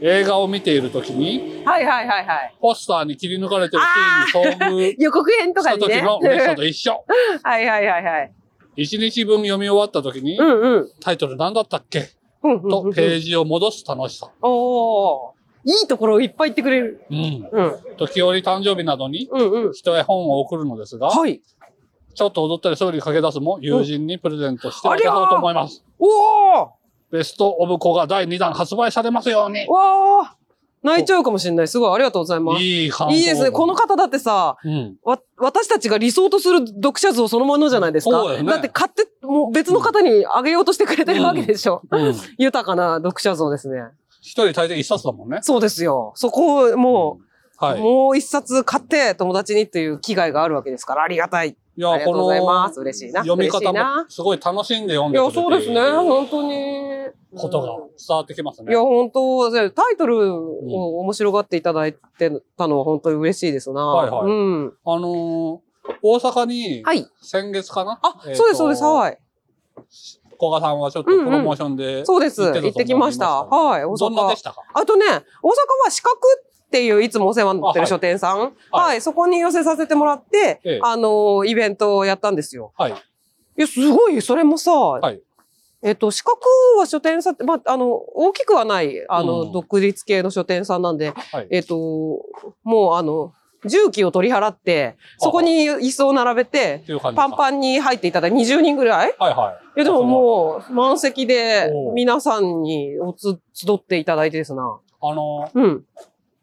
S2: 映画を見ている時に、
S3: はいはいはいはい。
S2: ポスターに切り抜かれてるシーンに遭遇
S3: 予告編と
S2: し
S3: か
S2: た
S3: に
S2: 時
S3: ね。
S2: の嬉しさと一緒。
S3: はいはいはいはい。
S2: 一日分読み終わった時に
S3: う、んうん。
S2: タイトル何だったっけ
S3: うんうんう
S2: と
S3: ん、
S2: ページを戻す楽しさ。
S3: おお。いいところをいっぱい言ってくれる。
S2: うん。
S3: うん。
S2: 時折誕生日などに、
S3: うんうん。
S2: 人へ本を送るのですが、
S3: はい。
S2: ちょっと踊ったりすぐに駆け出すも、友人にプレゼントして
S3: うん
S2: あげようと思います。
S3: おお。
S2: ベストオブコが第2弾発売されますように。
S3: わあ。泣いちゃうかもしれない。すごい、ありがとうございます。い
S2: いい感想
S3: いですね。この方だってさ、
S2: うん。
S3: わ、私たちが理想とする読者像そのものじゃないですか。
S2: そうだよね
S3: って買って、もう別の方にあげようとしてくれてるわけでしょ。
S2: うん。一
S3: 豊かな読者像ですね。
S2: 人大抵一冊だもんね。
S3: そうですよ。そこをもう、
S2: はい。
S3: もう一冊買って友達にっていう危害があるわけですから、ありがたい。
S2: いや
S3: ありがとうございます嬉しいな
S2: 読み
S3: 嬉し
S2: 方
S3: いな
S2: もすごい楽しんで読ん
S3: い
S2: で
S3: や、
S2: くれて
S3: そうです
S2: い
S3: ね。
S2: る
S3: 本当に。
S2: ことが
S3: うん
S2: 伝わってきます
S3: い
S2: ね
S3: や、。本当、タイトルを面白がっていただいてたのは本当に嬉しいですな。
S2: はいはい
S3: うん。
S2: あのー大阪に
S3: はい。
S2: 先月かな
S3: あ、そうです、そうです、
S2: い。
S3: はい。
S2: 古賀さんはちょっとプロモーションで。
S3: そうです。
S2: 行ってたと思い
S3: 行
S2: ます
S3: ってきました。はい、大
S2: どんなで
S3: 阪
S2: し。たか
S3: あとね、大阪は四角っていういつもお世話になって
S2: あはい
S3: る書店さん。はい、
S2: は
S3: そこに寄せさせてもらって、
S2: ええ
S3: あの、イベントをやったんですよ。
S2: はい。
S3: いや、すごい、それもさ、
S2: い
S3: えっと、四角は書店さんって、まあ、あの、大きくはない、あの、
S2: うん
S3: 独立系の書店さんなんで、
S2: はい。
S3: えっと、もうあの、重機を取り払って、そこに椅子を並べて
S2: っ、ていう感じか。
S3: パンパンに入っていただいて20人ぐらい
S2: はいはい。
S3: いや、でももう、満席で
S2: お、う
S3: 皆さんにおつ、集っていただいてですな。
S2: あのー、
S3: うん。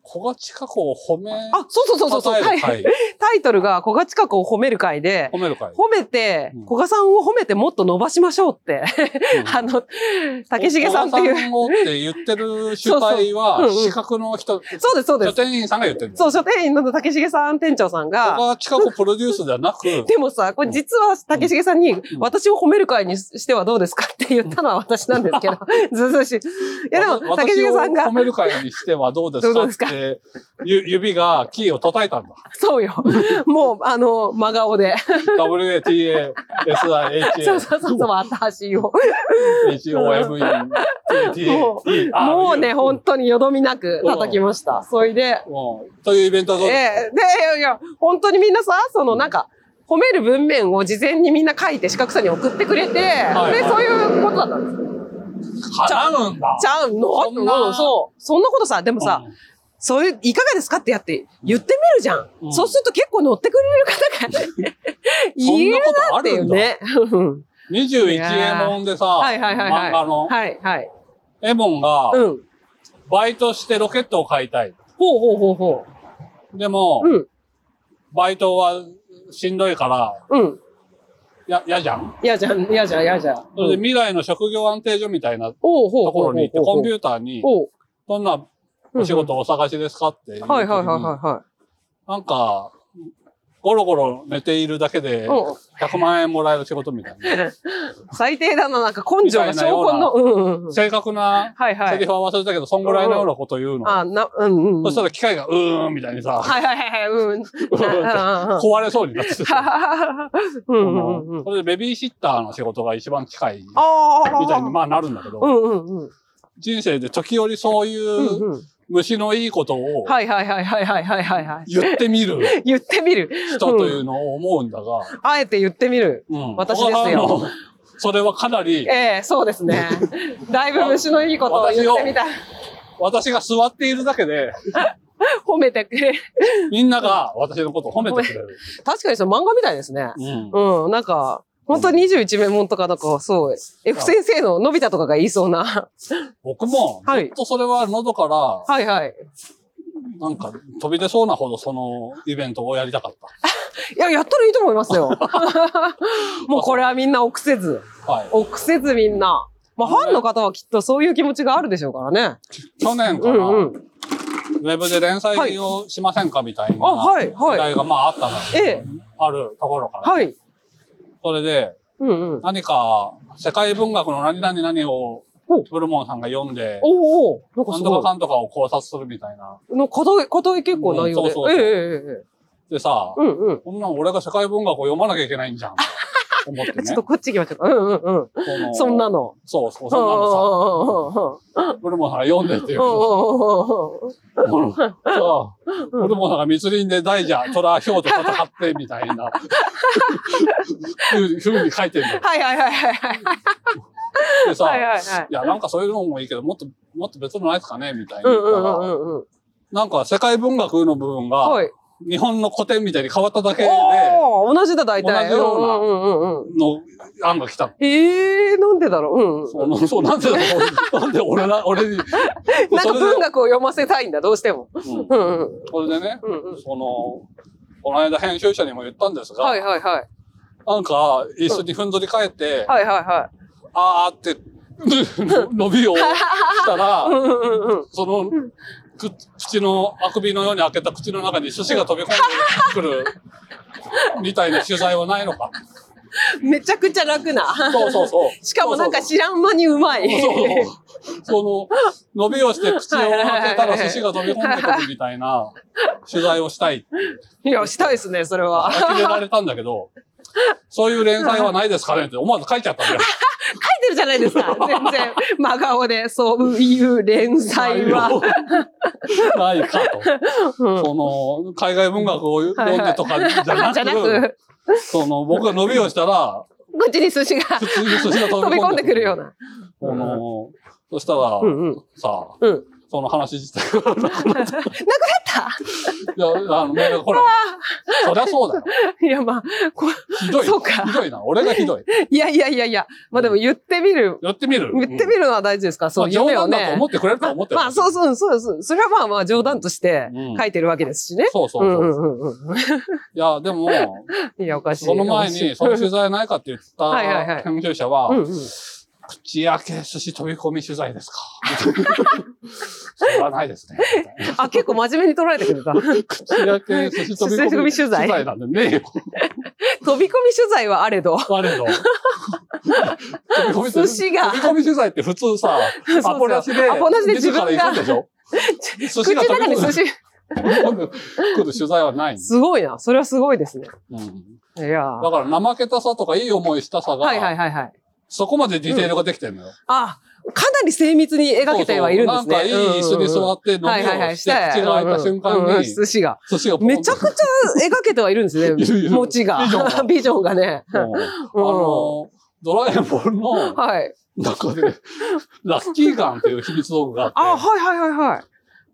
S2: 古賀千佳子を褒め、
S3: あ、そうそうそうそうそう、
S2: 称
S3: タ
S2: える会
S3: イタイトルが、古賀近くを褒める会で、
S2: 褒める会。
S3: 褒めて
S2: うん、
S3: 古賀さんを褒めてもっと伸ばしましょうって、
S2: うん
S3: あの、竹重さんってい
S2: 古賀
S3: う。
S2: さんをって言ってる主体
S3: そう
S2: は、
S3: そううんうん
S2: 資格の人、
S3: そうです、そうで
S2: 書
S3: す。
S2: 店員さんが言ってるんだよ。
S3: そう、書店員の竹重さん店長さん
S2: 古
S3: が、
S2: 賀千佳子プロデュースではなく、
S3: でもさ、これ実は竹重さんに、私を褒める会にしてはどうですかって言ったのは私なんです けど、ずうずうしい。いやでも、竹
S2: 私
S3: 重
S2: を
S3: さんが
S2: 褒、める会にしてはどうですか
S3: どうですか
S2: って、ゆ指がキーを叩いたんだ。
S3: そうよ。もう、あの、真顔で。
S2: WATA、
S3: そうそうそう、そ
S2: SIHA、
S3: う私を。
S2: HOME、
S3: も
S2: TTA、
S3: もうね、本当によどみなく叩きました。それで、
S2: もうというイベント
S3: ええ
S2: が
S3: で、いやいや、本当にみんなさ、そのなんか、褒める文面を事前にみんな書いて、四角さんに送ってくれて、
S2: はい
S3: で、そういうことだったんです。
S2: 叶うんだ
S3: ち。ゃうの
S2: そんな
S3: うんそう。そんなことさ、でもさ、
S2: うん
S3: そういう、いかがですかってやって、言ってみるじゃん。
S2: うん
S3: そうすると結構乗ってくれる方が、
S2: そ
S3: い
S2: んな
S3: る
S2: ことあ
S3: ってい
S2: る
S3: うん
S2: だ。
S3: ね。うん
S2: 21エモンでさ、
S3: はいはいはいはい。
S2: 漫画の、
S3: はいはい。
S2: エモンが、
S3: うん。
S2: バイトしてロケットを買いたい。
S3: ほうほうほうほ
S2: でも
S3: う。、うん。
S2: バイトはしんどいから、
S3: うん。
S2: や、嫌じゃん。
S3: 嫌じゃん、嫌じゃん、嫌じゃん。
S2: それで未来の職業安定所みたいな
S3: おうほう
S2: とこ
S3: ほうほうほう。
S2: ろに行って、コンピューターに、
S3: おう
S2: どんなお仕事をお探しですかっていう時に。
S3: はいはいはいはいは
S2: なんか、ゴロゴロ寝ているだけで、
S3: うん
S2: 100万円もらえる仕事みたいな。
S3: い。最低だな、なんか根性が
S2: み
S3: 証
S2: たいなよう
S3: 拠
S2: な
S3: の。うんうん。
S2: 正確な
S3: はいは
S2: セリ
S3: い。
S2: フは忘れたけど、そんぐらいのようなこと言うの。
S3: あ、な、うんうん。
S2: そした
S3: ら、
S2: ら機械がうーんみたいにさ、
S3: はいはいはいはい、 うん。な
S2: 壊れそうになってて。
S3: うんうんうんうんうん。
S2: それでベビーシッターの仕事が一番近いみ
S3: ああ。
S2: たいにまあなるんだけ
S3: う
S2: ど、
S3: んうんうん。
S2: 人生で時折そういう
S3: うんうん。
S2: 虫のいいことを
S3: はいはいはいはいはいはいはいはい。
S2: 言ってみる
S3: 言ってみる。
S2: 人というのを思うんだが、
S3: あえて言ってみる。
S2: うん
S3: 私ですよ
S2: 他のそれはかなり
S3: ええそうです ね。だいぶ虫のいいことを言ってみた。
S2: 私が座っているだけで、
S3: 褒めてく れ。
S2: みんなが私のことを褒めてくれる。
S3: 確かにその漫画みたいですね。
S2: うん
S3: うん、なんか、本当に21面もんとか、なんか、そう、F 先生ののび太とかが言いそうな。
S2: 僕も、
S3: は
S2: ず
S3: い
S2: っとそれは喉から、
S3: はいはい。
S2: なんか飛び出そうなほどそのイベントをやりたかっ
S3: いや、やったらいいと思います よ。もうこれはみんな臆せず。
S2: た。はい。
S3: 臆せずみんな。まあ、ファンの方はきっとそういう気持ちがあるでしょうからね。
S2: 去年
S3: う
S2: から、
S3: んう
S2: ウ
S3: ん。
S2: ェブで連載をしませんかみたい
S3: あ、
S2: な
S3: はい、
S2: 時
S3: はい。
S2: 代がまああったの
S3: え
S2: で、
S3: え、
S2: あるところから。
S3: はい。
S2: それで、
S3: うんうん。
S2: 何か世界文学の何々何を
S3: お
S2: ブルモンさんが読んで、
S3: おおなんか
S2: な
S3: す
S2: んとか
S3: ご
S2: かんとかを考察するみたいな。
S3: い。の課題、課題結構内容で。
S2: うんそうそうそう
S3: ええええええ。
S2: でさ、
S3: うんうん。
S2: こんなん俺が世界文学を読まなきゃいけないんじゃん。思って
S3: ちょ
S2: ね
S3: っと。こっち行きましょうか。うんうんうん。
S2: この
S3: そんなの。
S2: そうそう、そんなのさ、ブルモンさんが読んでっていう。このそう。ブルモンさんが密林で大蛇、虎、ヒョウと戦って、みたいな。ふうふうに書いてるんだよ。
S3: はいはいはいはいはい。
S2: でさ、
S3: はい
S2: い
S3: はいはい。
S2: や、なんかそういうのもいいけど、もっと、もっと別のないですかねみたいに
S3: う
S2: 言
S3: ん
S2: っ
S3: う
S2: たら、
S3: んうんうん。
S2: なんか世界文学の部分が、
S3: はい。
S2: 日本の古典みたいに変わっただけで、
S3: おお同じだ大体。
S2: 同じような
S3: うんうんうんうん。
S2: の案が来たの。
S3: ええなんでだろう。うんうん。
S2: そのそう、なんでだろう、なんで俺ら、俺に。
S3: なん
S2: そ
S3: か
S2: れで
S3: 文学を読ませたいんだ、どうしても。
S2: うん
S3: うんうん。
S2: それでね、
S3: うんうん。
S2: その、この間編集者にも言ったんですが、
S3: はいはいはい。
S2: なんか、一緒にふんぞり返って、
S3: はいはいはい。
S2: あーって、伸びをしたら
S3: う、んうんうん。
S2: その、く口の、あくびのように開けた口の中に寿司が飛び込んでくる、みたいな取材はないのか。
S3: めちゃくちゃ楽な。
S2: そうそうそう。
S3: しかもなんか
S2: そう
S3: 知らん間にうまい。
S2: そうそう。その、伸びをして口を開けたら寿司が飛び込んでくるみたいな取材をしたい。
S3: いや、したいですね、それは。書い
S2: 呆れられたんだけど、そういう連載はないですかねって思わず書いちゃったんだよ。
S3: てるじゃないです か。全然。真顔で、そういう連載は。
S2: ないかと。
S3: うん
S2: その、海外文学を読んでとかじゃな
S3: じゃな
S2: く、
S3: く、
S2: その、僕が伸びをしたら、
S3: こっちに寿司が
S2: 普通に寿司が飛
S3: 飛
S2: び
S3: び
S2: 込
S3: 込
S2: ん
S3: ん
S2: で
S3: でくるよう。な。
S2: その、そしたら
S3: う、んうん。
S2: さ、
S3: うん。
S2: その話自体が、
S3: た
S2: いや、あの、メールが来なかったそ りゃそうだよ。
S3: いや、まあ、こ
S2: ひどい。
S3: そうか
S2: ひどいな。俺がひどい。
S3: いやいやいやいや。まあでも言ってみる。
S2: やってみ る。
S3: 言ってみるのは大事ですから、そ
S2: ま
S3: う、
S2: あ
S3: 夢を
S2: 冗談だと
S3: ね
S2: 思。ってくれるとは思ってる。
S3: まあ、そうそう、そうそう。それはまあまあ冗談として
S2: うん
S3: 書いてるわけですしね。
S2: そうそううん
S3: う
S2: そう。
S3: んうんうん。
S2: いや、で も、
S3: いや、おかしい。
S2: その前
S3: おかしい
S2: に、その取材ないかって言った
S3: はいはいはい
S2: 編集者は
S3: う、んうん。
S2: 口開け寿司飛び込み取材です か。それはないですね。
S3: あ、結構真面目に捉えてく れた。飛び
S2: 口開け寿司飛び込み取材なんでねえよ。
S3: 込み取材はあれど。
S2: 我の。飛び込み
S3: 寿司が
S2: 飛び込み取材って普通さ、
S3: そう
S2: アポなしで、
S3: アポなしで自分が
S2: 自ら行くんでしょ寿
S3: 口
S2: 司が
S3: の
S2: 飛
S3: 中
S2: び
S3: に
S2: 込
S3: 寿
S2: む
S3: 司。
S2: 来る取材はない。
S3: すごいな。それはすごいですね。
S2: うん
S3: いやー
S2: だから怠けたさとかいい思いしたさ
S3: はいはい
S2: が、
S3: はいはい。
S2: そこまでディテールができてるのよ。
S3: あ、かなり精密に描けてはいるんですね。
S2: そうそうなんかいい椅子に座
S3: っ
S2: って飲みをして、口が開いた瞬間に、
S3: 寿司が。
S2: 寿司がポンと
S3: めちゃくちゃ描けてはいるんで す
S2: いるい
S3: ね。
S2: る
S3: 持ちが
S2: ビジョンが。
S3: ビジョンがね。
S2: もう
S3: うん
S2: あの、ドラえもんの
S3: はい。
S2: 中で、ラッキーガンっていう秘密道具があ
S3: あ、
S2: って、
S3: はいはいはいはい。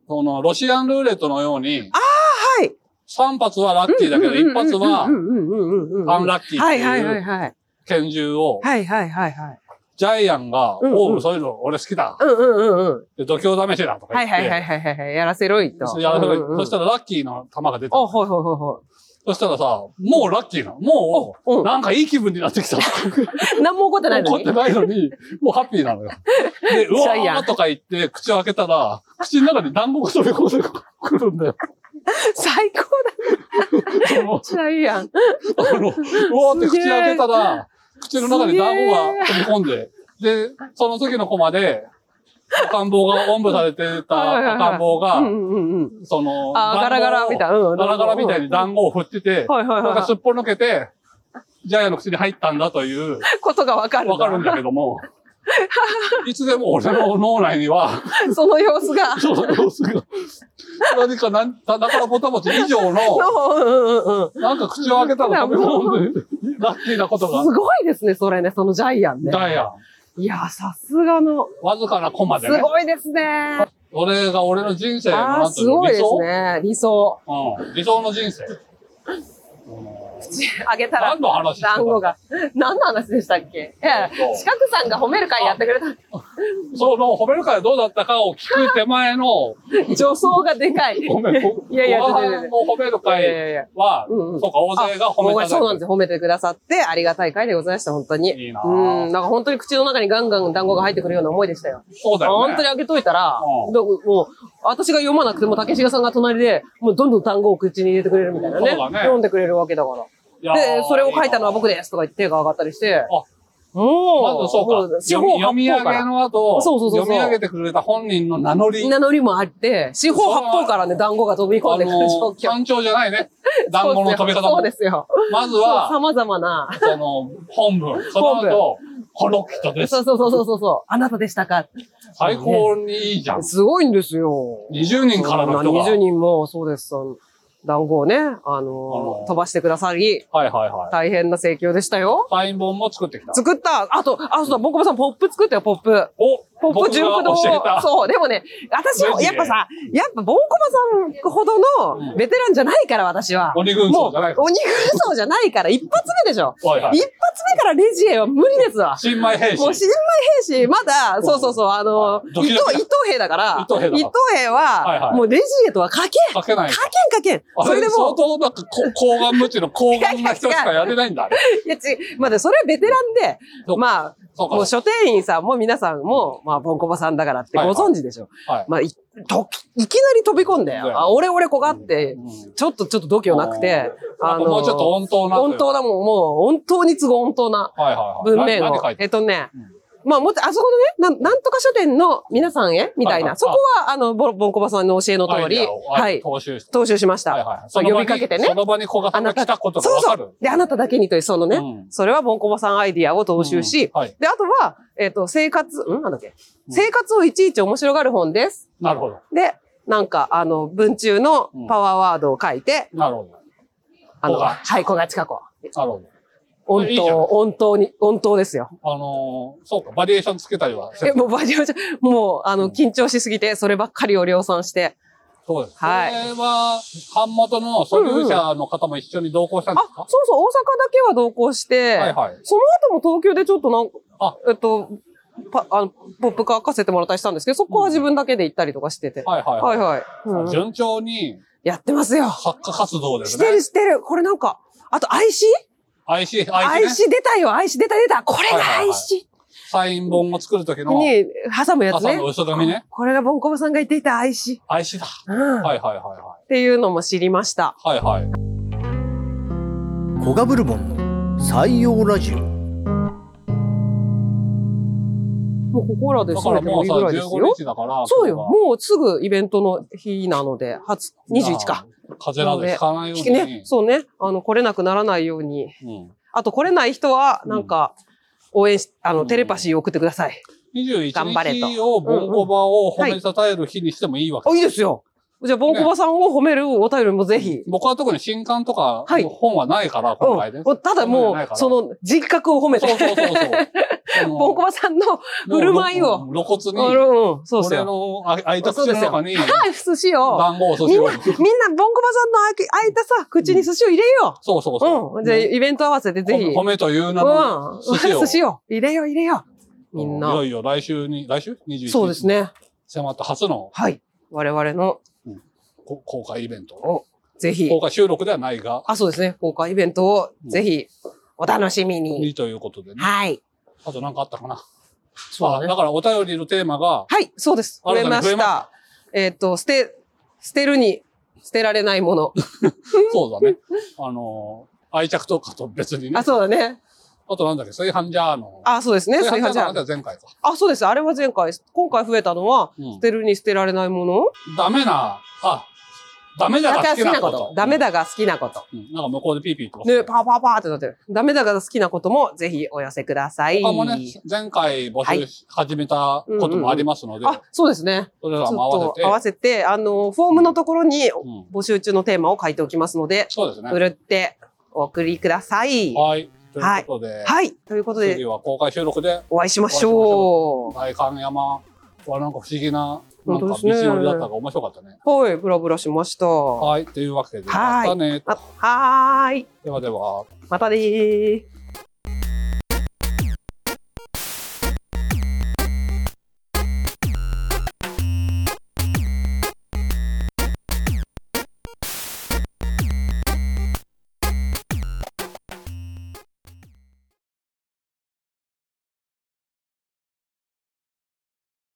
S2: その、ロシアンルーレットのように、
S3: はい。
S2: 3発はラッキーだけど、1発は
S3: うんうんうんうんうんうん
S2: アンラッキーっ
S3: は
S2: て
S3: いはいはいいうはい。
S2: 拳銃を、
S3: はいはいはいはい。
S2: ジャイアンが、
S3: うんうん
S2: おう、そういうの俺好きだ。
S3: うんうんうんうん。
S2: で度胸試しだとか
S3: は
S2: 言
S3: い
S2: って。
S3: はいはいはいはい。やらせろいと。
S2: そうやらせろ
S3: うんうん
S2: そしたらラッキーの弾が出た
S3: あ、。はいはいはいはい。
S2: そしたらさ、もうラッキーなの。も
S3: おう
S2: う、
S3: ん
S2: なんかいい気分になってきた。
S3: 何も起こってないの
S2: 怒
S3: に
S2: って。ないのに、もうハッピーなのよ。 で、うわ
S3: ジャイアン
S2: ーとか言って、口を開けたら、口の中に団子が飛び込んでくるんだよ。
S3: 最 高
S2: その、
S3: だない やん。
S2: あの、うわーって
S3: す
S2: 口
S3: げー
S2: 開けたら、口の中に団子が飛び込んで、で、その時のコマで、赤ん坊が、おんぶされて
S3: はいはいは
S2: た
S3: い
S2: 赤ん坊
S3: う
S2: が、
S3: んうんうん。
S2: その、
S3: あー、ガラガラみたい
S2: い
S3: な。うん
S2: ガラガラみたいに
S3: うん
S2: 団子を振ってて、
S3: はいはい
S2: なんかす
S3: は
S2: っぽ抜けて、ジャイアンの口に入ったんだという、
S3: い。ことがわかるんだ。
S2: わかるんだけども、いつでも俺の脳内には、
S3: その様子が。
S2: その様子が、何かなん、宝ぼたもち以上の、
S3: うんうんうん
S2: なんか口を開けたら食べ物で、ラッキーなことが
S3: す、ごいですね、それね、そのジャイアンね。
S2: ダイヤ。
S3: いや、さすがの。
S2: わずかなコマですね。
S3: ごいですね。
S2: それが俺の人生の
S3: あ
S2: な
S3: あ、
S2: んて
S3: す
S2: いうの
S3: ごい
S2: 理
S3: で
S2: 想
S3: すね。理想。
S2: うん。理想の人生。
S3: あげたら
S2: 何。の話してた
S3: 団子が。何の話でしたっけええ
S2: そう、
S3: 四角さんが褒める会やってくれた。
S2: その褒める会どうだったかを聞く手前の、
S3: 女装がで かい。
S2: ごめん、ご
S3: いやいや
S2: ご
S3: 全然
S2: 飯
S3: 全
S2: の褒める
S3: いやい
S2: 会
S3: やいや。
S2: は、
S3: うんうん
S2: そうか、大勢が褒めただいて
S3: そうなんですよ。褒めてくださって、ありがたい会でございました、本当に。
S2: いいなぁ
S3: うん。なんか本当に口の中にガンガン団子が入ってくるような思いでしたよ。
S2: そうだよね。
S3: 本当に開けといたら、
S2: うん
S3: どうもう、私が読まなくても、竹志賀さんが隣で、もうどんどん単語を口に入れてくれるみたいなね。
S2: そうだね
S3: 読んでくれるわけだか
S2: いや
S3: ら。
S2: ー
S3: で、それを書いたのは僕ですとか言って手が上がったりして。もう、
S2: まずそう
S3: も
S2: か。
S3: 四
S2: 読み
S3: 方八
S2: 読み上
S3: 方か
S2: げ
S3: ら。
S2: の後、
S3: そうそうそうそう
S2: 読み上げてくれた本人の名乗り。
S3: 名乗りもあって、四方八方からね、団子が飛び込
S2: あ
S3: んでくる状
S2: の、
S3: 況。
S2: 単調じゃ ないね。団子の飛び方
S3: そ
S2: も
S3: う。ですよ。
S2: まず
S3: そう
S2: は、
S3: 様々な。
S2: その、本文。その
S3: 本文
S2: 後、この人です
S3: そ。うそうそうそうそうそう。あなたでしたか。
S2: 最高にいいじゃん。
S3: すごいんですよ。
S2: 20人からの人が。
S3: 20人も、そうです。その団子をね、あの
S2: の
S3: ー飛ばしてくださり、
S2: はいはいはい。
S3: 大変な請求でしたよ。
S2: サイン本も作ってきた。
S3: 作った。あと、あ、そうだ、ボンコバさん、ポップ作ったよ、ポップ。
S2: お
S3: ポップ
S2: 僕
S3: 19
S2: が
S3: 度
S2: 教えた。
S3: そう、でもね、私
S2: マ
S3: も、
S2: ジ
S3: や
S2: で
S3: っぱさ、やっぱボンコバさんほど
S2: う
S3: の
S2: ん
S3: ベテランじゃないから、私は。
S2: 鬼軍
S3: も
S2: 曹
S3: う、
S2: じゃない
S3: 鬼軍
S2: から。
S3: 曹じゃないから、一発目でしょ。
S2: はいはい
S3: 一発目からレジへは無理ですわ。
S2: 新米兵士。
S3: もう新米兵士、まだ、そうそうそう、あの、
S2: ドキ
S3: 伊
S2: ドキだ
S3: 藤、伊藤兵だから、
S2: 伊藤兵だからは
S3: 兵
S2: い
S3: は、
S2: はい
S3: もうレジへとは書けん
S2: 書けない。
S3: かけんかけん。
S2: あ
S3: それ
S2: れ
S3: で
S2: 相
S3: も
S2: 当なんか、 こ高顔無知の高顔な人しかやれないんだ。あれ
S3: う、いやち、まあで、それはベテランで
S2: そ、う
S3: まあ、
S2: そうか
S3: もう書店員さんも皆さんも、まあ、ボンコバさんだからって
S2: はい
S3: ご
S2: はい
S3: 存知でしょ。
S2: はい。
S3: まあ、い、とき、いきなり飛び込んで、
S2: そうだよ
S3: あ、俺俺子があって
S2: う、ん
S3: ちょっとちょっと度胸なくて、
S2: あともうちょっと温当なという
S3: 本当だもん、もう、本当に都合本当な
S2: はいはい
S3: 文
S2: はい。
S3: 明
S2: な
S3: の
S2: 何書い。て
S3: えっとね、まあ、もっと、あそこのね、なん、なんとか書店の皆さんへ、みたい
S2: はいは
S3: な。
S2: い
S3: そこは、あの、ボボンコバさんの教えの
S2: ア
S3: 通
S2: イデ
S3: り、
S2: アをあ
S3: はい、
S2: 踏襲して。
S3: 踏襲しまし
S2: はい
S3: た
S2: は。い。
S3: そ
S2: そ
S3: う、
S2: の
S3: 呼
S2: 場
S3: び
S2: に
S3: かけてね
S2: そ。の場に古賀さんが来たことが
S3: そう
S2: わ
S3: そ
S2: かる
S3: う。。で、あなただけにという、そのね、
S2: うん
S3: それはボンコバさんアイディアを踏襲し
S2: うん、はい。
S3: で、あとは、えっ、と、生活、うんなんだっけ、生活をいちいち面白がる本です。
S2: なるほど。
S3: で、なんか、あの、文中のパワーワードを書いて、
S2: なるほど。
S3: あの、
S2: 古賀
S3: はい、古賀近子。
S2: なるほ
S3: 音
S2: いいじゃん
S3: 頭、音頭に、音頭ですよ。
S2: ど。あのー、そうか、バリエーションつけたりは。
S3: え、もうバリバリ、もう、あ
S2: う
S3: の、
S2: ん
S3: 緊張しすぎて、そればっかりを量産して。
S2: そうです。
S3: はい
S2: これは、版元の所有者の方も一緒に同行したんで
S3: あ
S2: す、か
S3: そうそう、大阪だけは同行して、
S2: はいはい。
S3: その後も東京でちょっとなんか
S2: あ、
S3: えっと、パあのポップ書かせてもらったりしたんですけど、そこは自分だけで行ったりとかしてて。
S2: はいはい
S3: はい
S2: はい。
S3: はい。うん
S2: 順調に
S3: やってますよ。
S2: 作家活動で
S3: し
S2: す
S3: て
S2: ね
S3: る。してる。これなんか、あと IC?
S2: IC、IC ね。
S3: IC 出たよ、IC 出た出た。これが
S2: はいはいはい
S3: IC
S2: サイン本を作る時の
S3: に挟むやつ
S2: 朝の
S3: ね。
S2: 後ろ髪ね。
S3: これがボンコバさんが言っていた IC。
S2: IC だ。
S3: うん。
S2: はいはいは
S3: っていうのも知りました。
S2: いはい。はいはい。
S1: コガブルボンの採用ラジオ
S3: もうここらで
S2: だ
S3: す
S2: から
S3: ね、も
S2: も
S3: いうい
S2: さ、
S3: ぐらいです
S2: 15
S3: よ。
S2: 日だから。
S3: そうよ。
S2: 今日は
S3: もうすぐイベントの日なので、初、21か。。
S2: 風邪などひかないよう
S3: 聞
S2: に。
S3: きね、そうね。あの、来れなくならないように。
S2: うん。
S3: あと、来れない人は、なんか、応援し、あ
S2: う
S3: の、
S2: ん
S3: テレパシー送ってください。頑張れ
S2: 21
S3: と
S2: 日をボンコバを褒めたたえる日にしてもいいわけ
S3: あ、いいですよ。じゃあ、ボンコバさんを褒めるお便りもぜひ。
S2: 僕は特に新刊とか
S3: はい
S2: 本はないから、今回ね。
S3: うんただも
S2: 褒めないうか、ら
S3: その人格を褒めて
S2: そう、そうそう そう。
S3: ボンコバさんの、
S2: もう
S3: 振る舞いを
S2: うん露骨
S3: あ
S2: に、
S3: のうん、そうです
S2: 俺
S3: よ。
S2: のあ開いた口の中に、
S3: はい、寿司を、
S2: 団子をそ
S3: みん
S2: う
S3: な、みんな、ボンコバさんの開き開いたさ、口に寿司を入れよ
S2: そうそう
S3: う。
S2: そう。
S3: うん。じゃあ、
S2: ね
S3: イベント合わせてぜひ。
S2: 褒めという名の
S3: うん。
S2: 寿司を
S3: 寿司を入れよう、入れよう。みん
S2: い
S3: な
S2: よ。いよ来週に、来週 ?21 日。
S3: そうです。ね。
S2: 迫った初の
S3: はい。我々の、
S2: こ公開イベント。
S3: ぜひ。
S2: 公開収録ではないが、
S3: あ、そうですね。公開イベントを、ぜひ、お楽しみに。
S2: にということでね。
S3: はい。
S2: あと何かあったかな。
S3: そうだ
S2: あ
S3: ね
S2: だからお便りのテーマが、
S3: はい、そうです。
S2: あな
S3: 売れ
S2: たに
S3: ま
S2: 増
S3: し。
S2: えました
S3: えっ、と、捨て、捨てるに、捨てられない もの。
S2: そうだね。あのー、愛着とかと別にね。
S3: あ、
S2: あ
S3: そうだね。
S2: となんだっけ、炊飯ジャーの。
S3: あ、そうですね。炊飯ジャ
S2: の
S3: ー。
S2: 話は前回か。
S3: あ、そうです。あれは前回、今回増えたのは、
S2: うん
S3: 捨てるに捨てられないもの
S2: ダメな、あ、ダメだが好きなこと。
S3: ダメだが好きなこと。
S2: うんなんか向こうでピーピーと。
S3: ね、パーパーパーってなってる。ダメだが好きなこともぜひお寄せください。
S2: 他もね、前回募集し始めたこともありますので、
S3: あ、そうですね。
S2: それ
S3: ち
S2: らも合
S3: ょ
S2: わせ
S3: っと
S2: て
S3: 合。わせて、あの、フォームのところに
S2: うん
S3: 募集中のテーマを書いておきますので、
S2: そうですね
S3: ふ。るってお送りください。は
S2: はい。ということで、
S3: い。ということ
S2: 次
S3: で、
S2: は公開収録で、
S3: お会いしましょ
S2: 大観山はなんか不思議な、なんか
S3: 本当
S2: 道
S3: ですね
S2: のりだったが面白かったね。
S3: う。はい、ブラブラしました。は
S2: はい。というわけで、
S3: は
S2: ま
S3: い
S2: たね。
S3: はーい。
S2: ではでは。
S3: またねー。